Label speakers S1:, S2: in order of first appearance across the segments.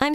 S1: I'm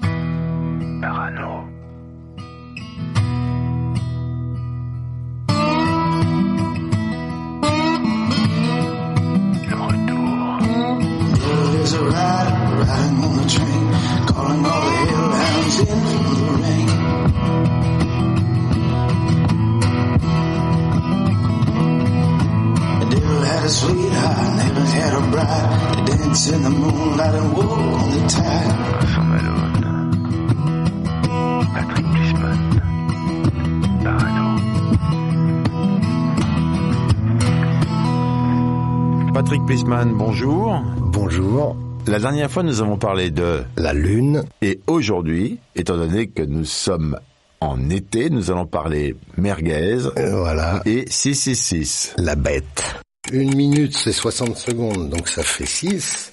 S2: Parano. Le retour.
S3: There's a rider riding on the train, calling all the hellhounds in from the rain. The devil had a sweetheart, never had a bride. They dance in the moonlight and walk on the tide.
S2: Vincent Malone. Patrick Duchman. Parano.
S4: Patrick Pisman, bonjour.
S5: Bonjour.
S4: La dernière fois, nous avons parlé de...
S5: La Lune,
S4: Et aujourd'hui, étant donné que nous sommes en été, nous allons parler merguez
S5: euh, voilà,
S4: et 666.
S5: la bête. Une minute, c'est 60 secondes, donc ça fait 6.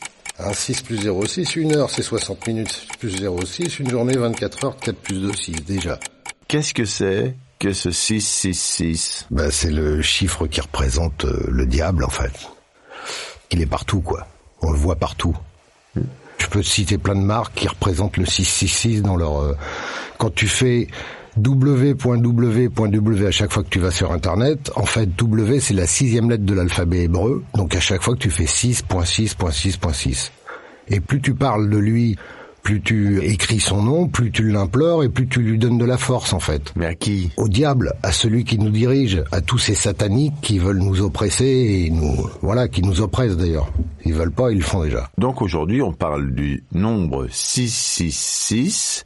S5: 6 plus 0, 6, une heure, c'est 60 minutes, plus 0, 6, une journée, 24 heures, 4 plus 2, 6, déjà.
S4: Qu'est-ce que c'est que ce 666
S5: Bah, c'est le chiffre qui représente euh, le diable, en fait. Il est partout, quoi. On le voit partout. Je peux te citer plein de marques qui représentent le 666 dans leur... euh, quand tu fais www.w.w à chaque fois que tu vas sur Internet, en fait, W, c'est la sixième lettre de l'alphabet hébreu. Donc, à chaque fois que tu fais 6.6.6.6. Et plus tu parles de lui, plus tu écris son nom, plus tu l'implores et plus tu lui donnes de la force, en fait
S4: Mais à qui
S5: au diable, à celui qui nous dirige, à tous ces sataniques qui veulent nous oppresser et nous, voilà, qui nous oppressent d'ailleurs. Ils veulent pas, ils le font déjà.
S4: Donc aujourd'hui, on parle du nombre 666,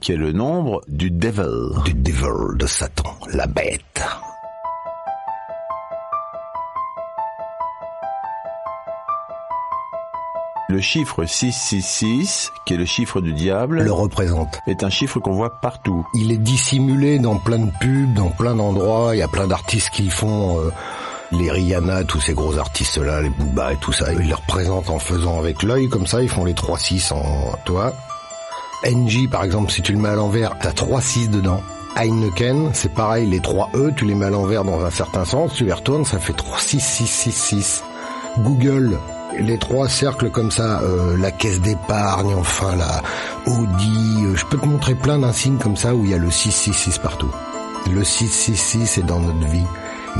S4: qui est le nombre du devil.
S5: Du devil, de Satan, la bête.
S4: Le chiffre 666, qui est le chiffre du diable,
S5: Le représente.
S4: est un chiffre qu'on voit partout.
S5: Il est dissimulé dans plein de pubs, dans plein d'endroits. Il y a plein d'artistes qui font euh, les Rihanna, tous ces gros artistes-là, les Booba et tout ça. Ils le représentent en faisant avec l'œil comme ça. Ils font les 3-6 en toi. NG, par exemple, si tu le mets à l'envers, t'as 3-6 dedans. Heineken, c'est pareil, les 3 E, tu les mets à l'envers dans un certain sens, tu les retournes, ça fait 3, 6, 6, 6, 6. Google, les trois cercles comme ça, euh, la caisse d'épargne, enfin la Audi, euh, je peux te montrer plein d'insignes comme ça où il y a le 666 partout. Le 666 est dans notre vie,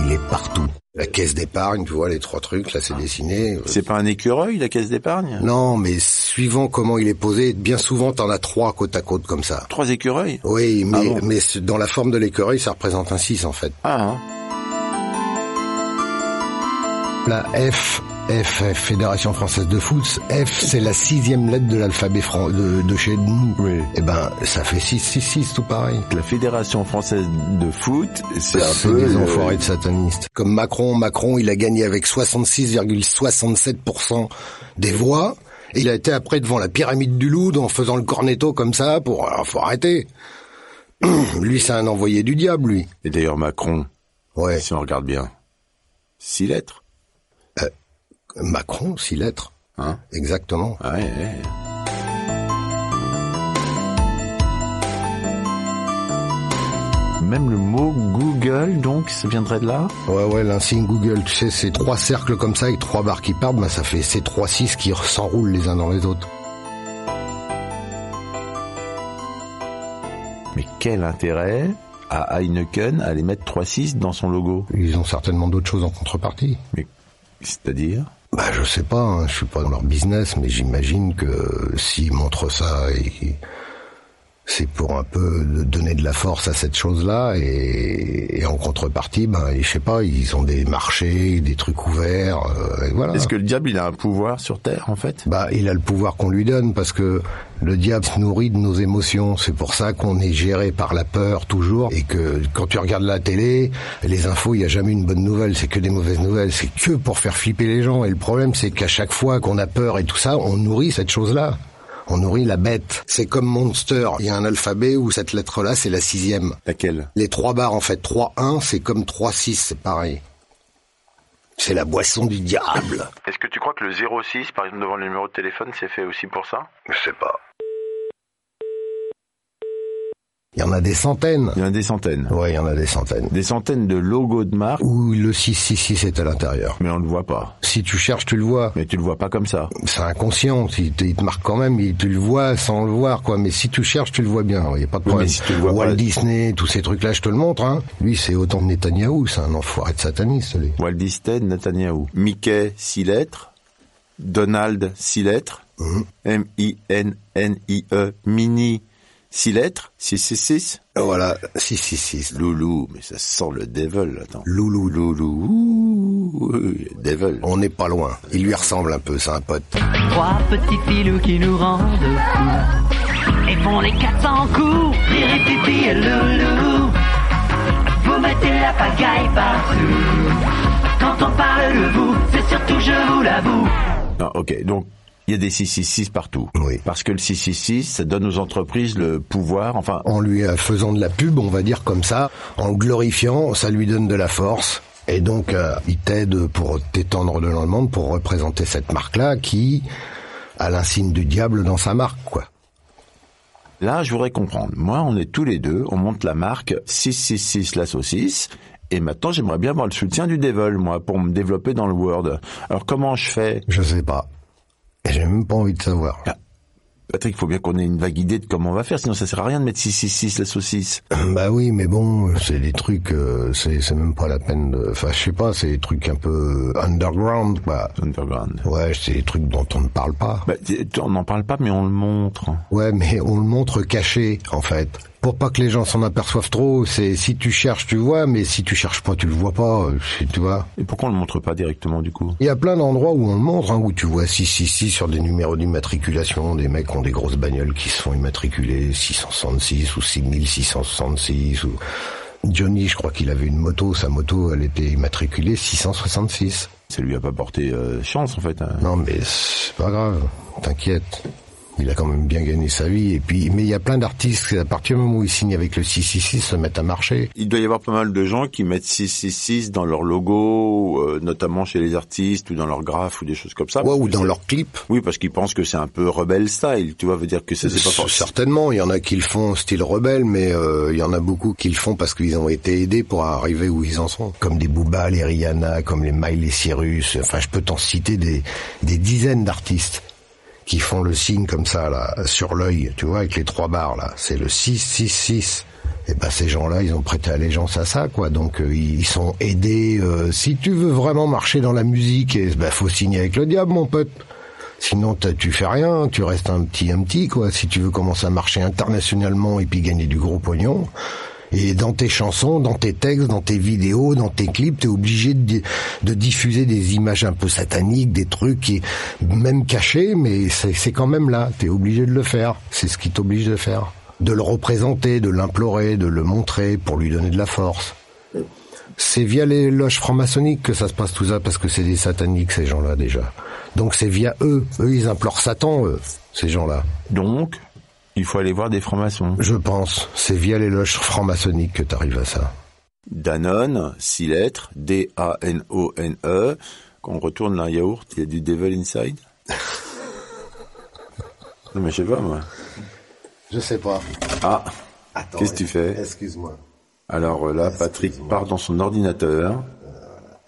S5: il est partout. La caisse d'épargne, tu vois, les trois trucs, là c'est dessiné.
S4: C'est pas un écureuil, la caisse d'épargne
S5: Non, mais suivant comment il est posé, bien souvent t'en as trois côte à côte comme ça.
S4: Trois écureuils
S5: Oui, mais,
S4: Ah bon
S5: mais ce- dans la forme de l'écureuil, ça représente un 6 en fait.
S4: Ah, hein.
S5: La F, F, F, Fédération Française de Foot, F, c'est la sixième lettre de l'alphabet fran- de, de chez nous.
S4: Oui.
S5: Eh ben, ça fait 6, 6, 6, tout pareil.
S4: La Fédération française de foot, c'est un
S5: C'est
S4: peu
S5: des
S4: le-
S5: enfoirés de satanistes. Comme Macron, Macron, il a gagné avec 66,67% des voix. Et il a été après devant la pyramide du loup en faisant le cornetto comme ça pour... Alors, faut arrêter. lui, c'est un envoyé du diable, lui.
S4: Et d'ailleurs Macron,
S5: Ouais.
S4: si on regarde bien, six lettres.
S5: Macron, six lettres.
S4: Hein
S5: Exactement.
S4: Ah ouais, ouais. Même le mot Google, donc, ça viendrait de là
S5: Ouais, ouais, l'insigne Google, tu sais, c'est trois cercles comme ça avec trois barres qui partent, bah, ça fait ces trois six qui s'enroulent les uns dans les autres.
S4: Mais quel intérêt à Heineken à les mettre 3-6 dans son logo
S5: Ils ont certainement d'autres choses en contrepartie.
S4: Mais c'est-à-dire
S5: Bah, je sais pas, hein, je suis pas dans leur business, mais j'imagine que s'ils montrent ça et C'est pour un peu donner de la force à cette chose-là et, et en contrepartie, ben, je sais pas, ils ont des marchés, des trucs ouverts, euh, et voilà.
S4: Est-ce que le diable, il a un pouvoir sur Terre, en fait
S5: Bah, il a le pouvoir qu'on lui donne parce que le diable se nourrit de nos émotions. C'est pour ça qu'on est géré par la peur toujours et que quand tu regardes la télé, les infos, il n'y a jamais une bonne nouvelle. C'est que des mauvaises nouvelles. C'est que pour faire flipper les gens. Et le problème, c'est qu'à chaque fois qu'on a peur et tout ça, on nourrit cette chose-là. On nourrit la bête. C'est comme Monster. Il y a un alphabet où cette lettre-là, c'est la sixième.
S4: Laquelle
S5: Les trois barres, en fait. 3-1, c'est comme 3-6, c'est pareil. C'est la boisson du diable.
S4: Est-ce que tu crois que le 06, par exemple, devant le numéro de téléphone, c'est fait aussi pour ça
S5: Je sais pas. Il y en a des centaines.
S4: Il y en a des centaines.
S5: Ouais, il y en a des centaines.
S4: Des centaines de logos de marques,
S5: Où le 666 est à l'intérieur.
S4: mais on le voit pas.
S5: Si tu cherches, tu le vois.
S4: Mais tu le vois pas comme ça.
S5: C'est inconscient. Il te, il te marque quand même. il- Tu le vois sans le voir, quoi. Mais si tu cherches, tu le vois bien. Il n'y a pas de
S4: Oui,
S5: problème.
S4: mais si tu le vois
S5: Walt
S4: pas-
S5: Disney, tous ces trucs-là, je te le montre. Hein. Lui, c'est autant de Netanyahou. C'est un enfoiré de sataniste, lui.
S4: Walt Disney, Netanyahu. Mickey, 6 lettres. Donald, 6 lettres. E, M-I-N-N-I-E, Mini, 6 lettres. 666.
S5: Voilà. 666.
S4: Loulou, mais ça sent le devil, attends.
S5: Loulou.
S4: Loulou, ouh, devil.
S5: On n'est pas loin. Il lui ressemble un peu. C'est un pote.
S6: Trois petits filous qui nous rendent fous Et font les 400 coups Pirititi et Loulou Vous mettez la pagaille partout Quand on parle de vous C'est surtout je vous l'avoue
S4: Non, ok, donc il y a des 666 partout.
S5: Oui.
S4: Parce que le 666, ça donne aux entreprises le pouvoir, enfin,
S5: en lui euh, faisant de la pub, on va dire comme ça, en le glorifiant, ça lui donne de la force. Et donc, euh, il t'aide pour t'étendre dans le monde, pour représenter cette marque-là qui a l'insigne du diable dans sa marque, quoi.
S4: Là, je voudrais comprendre. Moi, on est tous les deux, on monte la marque 666 la saucisse, et maintenant j'aimerais bien avoir le soutien du Devil, moi, pour me développer dans le Word. Alors comment je fais
S5: Je sais pas. Et J'ai même pas envie de savoir.
S4: Ah, Patrick, il faut bien qu'on ait une vague idée de comment on va faire, sinon ça sert à rien de mettre 666 la saucisse.
S5: Bah oui, mais bon, c'est des trucs, euh, c'est c'est même pas la peine de... Enfin, je sais pas, c'est des trucs un peu underground, quoi.
S4: Underground.
S5: Ouais, c'est des trucs dont on ne parle pas.
S4: Bah, t- on n'en parle pas, mais on le montre.
S5: Ouais, mais on le montre caché, en fait. Pour pas que les gens s'en aperçoivent trop, c'est si tu cherches, tu vois, mais si tu cherches pas, tu le vois pas, euh, c'est- tu vois.
S4: Et pourquoi on le montre pas directement, du coup
S5: Il y a plein d'endroits où on le montre, hein, où tu vois 666 sur des numéros d'immatriculation, des mecs qui ont des grosses bagnoles qui se font immatriculer 666 ou 6666 ou... Johnny, je crois qu'il avait une moto, sa moto, elle était immatriculée 666.
S4: Ça lui a pas porté euh, chance, en fait. hein.
S5: Non, mais c'est pas grave. T'inquiète. Il a quand même bien gagné sa vie. Et puis, mais il y a plein d'artistes qui, à partir du moment où ils signent avec le 666, se mettent à marcher.
S4: Il doit y avoir pas mal de gens qui mettent 666 dans leur logo, euh, notamment chez les artistes, ou dans leur graphe, ou des choses comme ça.
S5: Ouais, ou
S4: Parce que
S5: dans
S4: c'est-
S5: leurs clips.
S4: Ah, bah, Oui, parce qu'ils pensent que c'est un peu rebelle style, tu vois, veut dire que ça, c'est pas forcément.
S5: Certainement, il y en a qui le font style rebelle, mais euh, il y en a beaucoup qui le font parce qu'ils ont été aidés pour arriver où ils en sont. Comme des Booba, les Rihanna, comme les Miley Cyrus. Enfin, je peux t'en citer des, des dizaines d'artistes qui font le signe comme ça, là, sur l'œil, tu vois, avec les trois barres, là. C'est le 666. Et ben ces gens-là, ils ont prêté allégeance à ça, quoi. Donc euh, ils ils sont aidés. euh, si tu veux vraiment marcher dans la musique, et ben faut signer avec le diable, mon pote. Sinon, t'as- tu fais rien, tu restes un petit, un petit, quoi. Si tu veux commencer à marcher internationalement et puis gagner du gros pognon. Et dans tes chansons, dans tes textes, dans tes vidéos, dans tes clips, t'es obligé de, di- de diffuser des images un peu sataniques, des trucs qui, même cachés, mais c'est c'est quand même là. T'es obligé de le faire. C'est ce qui t'oblige de faire. De le représenter, de l'implorer, de le montrer pour lui donner de la force. C'est via les loges franc-maçonniques que ça se passe tout ça, parce que c'est des sataniques, ces gens-là, déjà. Donc c'est via eux. Eux, ils implorent Satan, eux, ces gens-là.
S4: Donc, il faut aller voir des francs-maçons.
S5: Je pense, c'est via les loges franc-maçonniques que t'arrives à ça.
S4: Danone, six lettres, D-A-N-O-N-E. E. Quand on retourne la yaourt, il y a du devil inside. non, mais je sais pas, moi.
S5: Je sais pas.
S4: Ah,
S5: Attends.
S4: Qu'est-ce que tu fais
S5: Excuse-moi.
S4: alors euh, là, Patrick part dans son ordinateur,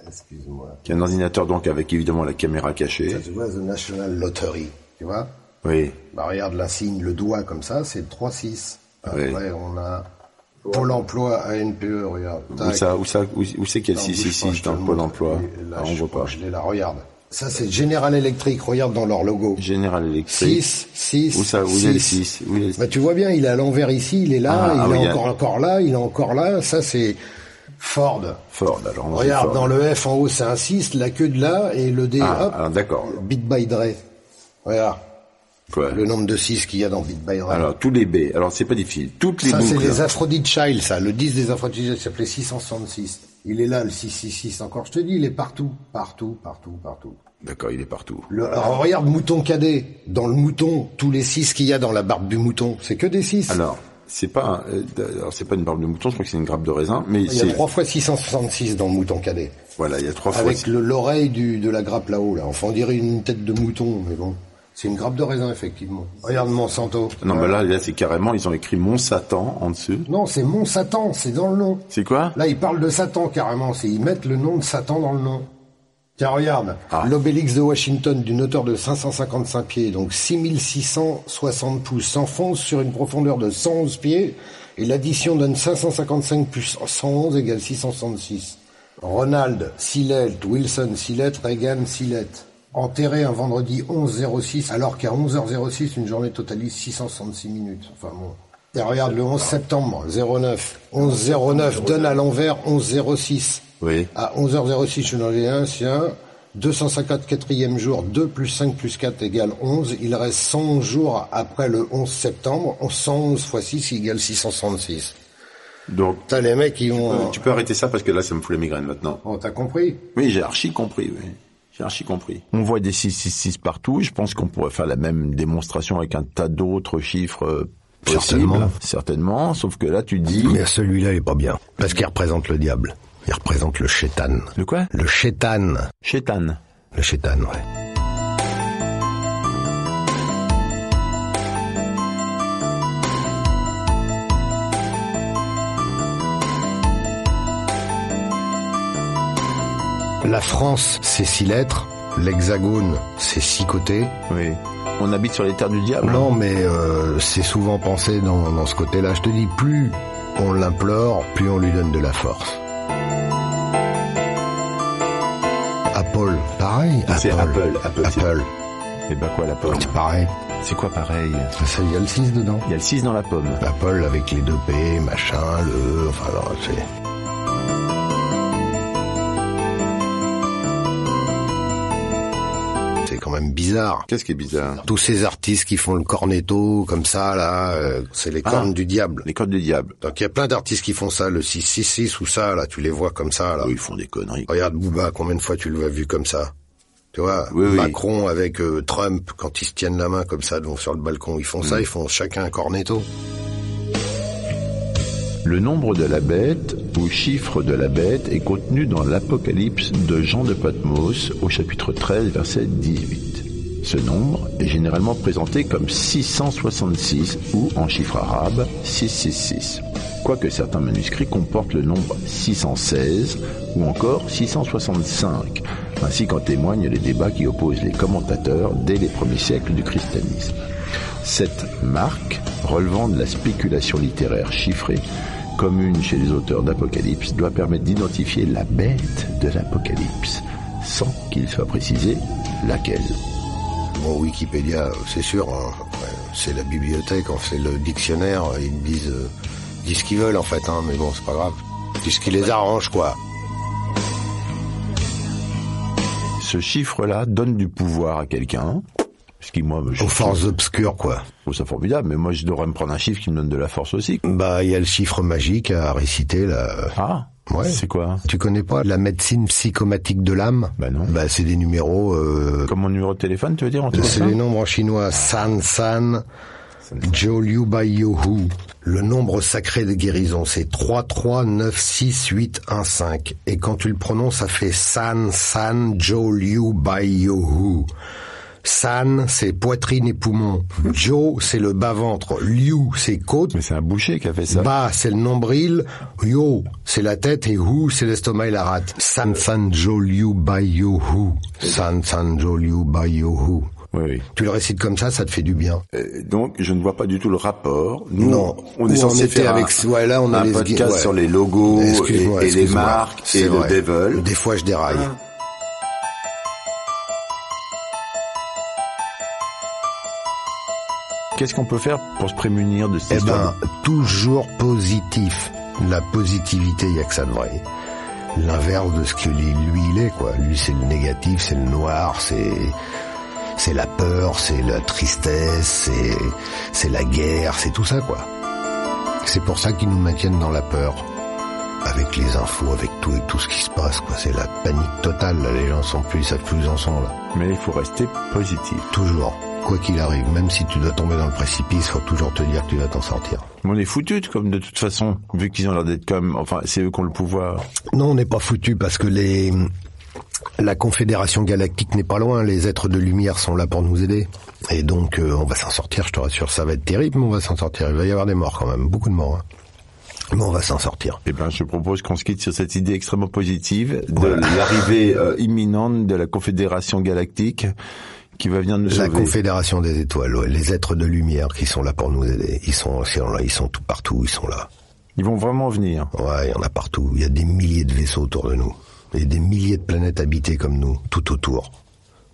S5: Excuse-moi.
S4: qui est un ordinateur donc avec évidemment la caméra cachée.
S5: Tu vois, The National Lottery, tu vois
S4: Oui.
S5: Bah, regarde l'insigne, le doigt comme ça, c'est le 3-6. Après,
S4: Oui.
S5: on a Pôle emploi ANPE, E, regarde.
S4: Où ça, où ça, où, où c'est qu'il y a le
S5: Non, bouge Ah, pas,
S4: 666
S5: je te
S4: dans
S5: le
S4: le Pôle
S5: montre.
S4: emploi
S5: Et là,
S4: Ah, On
S5: je
S4: voit
S5: crois
S4: pas.
S5: que Je l'ai là, regarde. Ça, c'est General Electric. Regarde dans leur logo.
S4: Général Electric.
S5: 6, 6,
S4: Où ça Où il est le 6 Où il est le
S5: Bah, tu vois bien, il est à l'envers ici, il est là,
S4: Ah,
S5: il
S4: ah
S5: est
S4: oui, il y a-
S5: encore, encore là, il est encore là. Ça, c'est Ford.
S4: Ford, alors. on dit
S5: Regarde,
S4: Ah, Ford.
S5: dans le F en haut, c'est un 6, la queue de là, et le D,
S4: Ah,
S5: hop,
S4: alors, d'accord.
S5: Beat by Dre. Regarde,
S4: Ouais.
S5: le nombre de 6 qu'il y a dans Beat by Dre.
S4: Alors, tous les B. Alors, c'est pas difficile. Toutes les
S5: ça, c'est
S4: boucles.
S5: les Aphrodite Child, ça. Le 10 des Aphrodite Child s'appelait 666. Il est là, le 666 encore. Je te dis, il est partout, partout, partout, partout.
S4: D'accord, il est partout.
S5: Le- alors, regarde, mouton cadet. Dans le mouton, tous les 6 qu'il y a dans la barbe du mouton, c'est que des 6.
S4: Alors, c'est pas, un- euh, alors, c'est pas une barbe de mouton, je crois que c'est une grappe de raisin, mais
S5: il y a
S4: c'est,
S5: 3 fois 666 dans le mouton cadet.
S4: voilà, il y a trois fois.
S5: Avec le- l'oreille du- de la grappe là-haut, là. Enfin, on dirait une tête de mouton, mais bon. C'est une grappe de raisin, effectivement. Regarde Monsanto.
S4: Non, mais là, là, c'est carrément, ils ont écrit Mon Satan en dessus.
S5: Non, c'est mon Satan, c'est dans le nom.
S4: C'est quoi?
S5: Là, ils parlent de Satan, carrément. C'est, ils mettent le nom de Satan dans le nom. Tiens, regarde. L'obélix de Washington, d'une hauteur de 555 pieds, donc 6660 pouces, s'enfonce sur une profondeur de 111 pieds, et l'addition donne 555 plus 111 égale 666. Ronald, 6 lettres, Wilson, 6 lettres, Reagan, 6 lettres. Enterré un vendredi 11-06, alors qu'à 11h06, une journée totalise 666 minutes. Enfin bon. Et regarde, le 11 septembre, 09. 11-09, donne à l'envers 11-06.
S4: Oui.
S5: À 11h06, je suis dans les 1, c'est 1. 254e jour, 2 plus 5 plus 4 égale 11. Il reste 100 jours après le 11 septembre. 111 fois 6 égale 666.
S4: Donc,
S5: T'as les mecs qui ont...
S4: euh, tu peux arrêter ça parce que là, ça me fout les migraines maintenant.
S5: Oh, t'as compris
S4: Oui, j'ai archi compris, oui. J'ai archi compris. On voit des 666 partout. Je pense qu'on pourrait faire la même démonstration avec un tas d'autres chiffres euh, possibles.
S5: Certainement.
S4: Certainement. Sauf que là, tu dis.
S5: Mais celui-là, il est pas bien. Parce qu'il représente le diable. Il représente le chétan.
S4: Le quoi?
S5: Le chétan.
S4: Chétan.
S5: Le chétan, ouais. La France, c'est six lettres. L'hexagone, c'est six côtés.
S4: Oui. On habite sur les terres du diable.
S5: Non, mais euh, c'est souvent pensé dans, dans ce côté-là. Je te dis, plus on l'implore, plus on lui donne de la force. Apple, pareil.
S4: C'est Apple, Apple, c'est-
S5: Apple,
S4: Et bah quoi, la pomme?
S5: c'est pareil.
S4: C'est quoi pareil?
S5: Ça, il y a le 6 dedans.
S4: Il y a le 6 dans la pomme.
S5: Apple Bah, avec les deux P, machin, le... Enfin, alors, c'est... C'est quand même bizarre.
S4: Qu'est-ce qui est bizarre?
S5: Tous ces artistes qui font le cornetto comme ça, là, euh, c'est les
S4: Ah.
S5: cornes du diable.
S4: Les cordes du diable.
S5: Donc il y a plein d'artistes qui font ça, le 666 ou ça, là, tu les vois comme ça, là.
S4: Ah Oui, ils font des conneries.
S5: Regarde Booba, combien de fois tu l'as vu comme ça Tu vois,
S4: Oui, oui.
S5: Macron avec euh, Trump, quand ils se tiennent la main comme ça, donc sur le balcon, ils font
S4: Mm.
S5: ça, ils font chacun un cornetto.
S4: Le nombre de la bête ou chiffre de la bête est contenu dans l'Apocalypse de Jean de Patmos au chapitre 13 verset 18. Ce nombre est généralement présenté comme 666 ou en chiffre arabe 666. Quoique certains manuscrits comportent le nombre 616 ou encore 665, ainsi qu'en témoignent les débats qui opposent les commentateurs dès les premiers siècles du christianisme. Cette marque, relevant de la spéculation littéraire chiffrée, commune chez les auteurs d'Apocalypse, doit permettre d'identifier la bête de l'Apocalypse, sans qu'il soit précisé laquelle.
S5: Bon, Wikipédia, euh, c'est sûr, hein, ouais, c'est la bibliothèque, hein, c'est le dictionnaire, euh, ils disent, euh, disent ce qu'ils veulent en fait, hein, mais bon, c'est pas grave. C'est ce qui les arrange, quoi.
S4: Ce chiffre-là donne du pouvoir à quelqu'un, ce qui moi, je
S5: Aux
S4: je
S5: forces obscures, quoi.
S4: trouve ça formidable, mais moi je devrais me prendre un chiffre qui me donne de la force aussi.
S5: Bah, il y a le chiffre magique à réciter, là.
S4: Ah,
S5: Ouais.
S4: c'est quoi
S5: Tu connais pas la médecine psychomatique de l'âme
S4: Bah non.
S5: Bah c'est des numéros. Euh,
S4: Comme mon numéro de téléphone, tu veux dire hein en tout
S5: c'est
S4: cas
S5: les nombres en chinois San San, Zhou Liu Bai Yohu. Le nombre sacré de guérison, c'est 3 3 9 6 8 1 5. Et quand tu le prononces, ça fait San San Zhou Liu Bai Yohu. San, c'est poitrine et poumon. Zhou, c'est le bas-ventre. Liu, c'est côte.
S4: Mais c'est un boucher qui a fait ça.
S5: Ba, c'est le nombril. Yo, c'est la tête. Et Hu, c'est l'estomac et la rate. San San Jo Liu Bai Yo Hu. San San Jo Liu Bai Yo Hu.
S4: Oui, oui.
S5: Tu le récites comme ça, ça te fait du bien.
S4: Euh, Donc, je ne vois pas du tout le rapport. Nous,
S5: Non.
S4: on est
S5: Où
S4: censé
S5: on était
S4: faire
S5: avec-
S4: un,
S5: ouais, là, on a
S4: un
S5: les-
S4: podcast
S5: ouais.
S4: sur les logos et-
S5: Excuse-moi,
S4: et, les
S5: excuse-moi.
S4: marques
S5: C'est
S4: et
S5: vrai.
S4: le devil.
S5: Des fois, je déraille.
S4: Qu'est-ce qu'on peut faire pour se prémunir de cette
S5: Eh
S4: histoire
S5: ben, toujours positif. La positivité, il n'y a que ça de vrai. L'inverse de ce que lui, lui, il est, quoi. Lui, c'est le négatif, c'est le noir, c'est... C'est la peur, c'est la tristesse, c'est... C'est la guerre, c'est tout ça, quoi. C'est pour ça qu'ils nous maintiennent dans la peur. Avec les infos, avec tout et tout ce qui se passe, quoi. C'est la panique totale, là. Les gens sont plus, ils savent plus où ils en sont, là.
S4: Mais il faut rester positif.
S5: Toujours. Quoi qu'il arrive, même si tu dois tomber dans le précipice, faut toujours te dire que tu vas t'en sortir.
S4: Mais on est foutus, comme de toute façon, vu qu'ils ont l'air d'être comme, enfin, c'est eux qui ont le pouvoir.
S5: Non, on n'est pas foutu parce que les la Confédération galactique n'est pas loin. Les êtres de lumière sont là pour nous aider. Et donc, euh, on va s'en sortir. Je te rassure, ça va être terrible, mais on va s'en sortir. Il va y avoir des morts quand même, beaucoup de morts. hein. Mais on va s'en sortir.
S4: Eh ben, je propose qu'on se quitte sur cette idée extrêmement positive de l'arrivée euh, imminente de la Confédération galactique qui va venir nous
S5: La
S4: sauver.
S5: Confédération des étoiles, ouais, les êtres de lumière qui sont là pour nous aider. Ils sont, ils sont là, ils sont tout partout, ils sont là.
S4: Ils vont vraiment venir.
S5: Ouais, il y en a partout. Il y a des milliers de vaisseaux autour de nous. Et des milliers de planètes habitées comme nous, tout autour.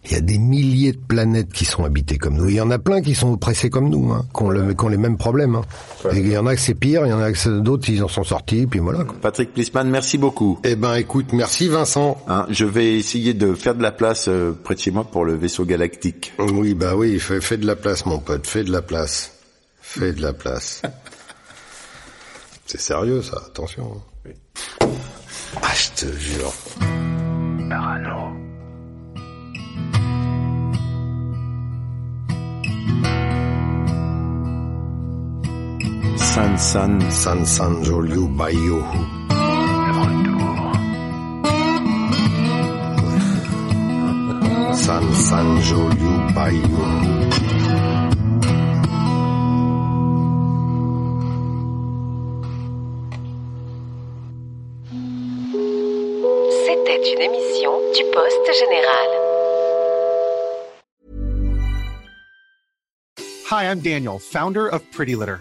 S5: Il y a des milliers de planètes qui sont habitées comme nous. Il y en a plein qui sont oppressés comme nous, hein, qui, ont le- qui ont les mêmes problèmes. hein. Et il y en a que c'est pire, il y en a que c'est- d'autres ils en sont sortis, puis voilà. quoi.
S4: Patrick Plisman, merci beaucoup.
S5: Eh ben écoute, merci Vincent.
S4: Hein, je vais essayer de faire de la place euh, près de chez moi pour le vaisseau galactique.
S5: Oui, bah oui, fais, fais de la place mon pote, fais de la place. Fais de la place. c'est sérieux ça, attention. hein. Ah, je te jure.
S2: Parano.
S4: San San.
S5: San San Jolio Bayo.
S2: Le retour.
S5: San San Jolio Bayo.
S7: C'était une émission du Poste Général.
S8: Hi, I'm Daniel, founder of Pretty Litter.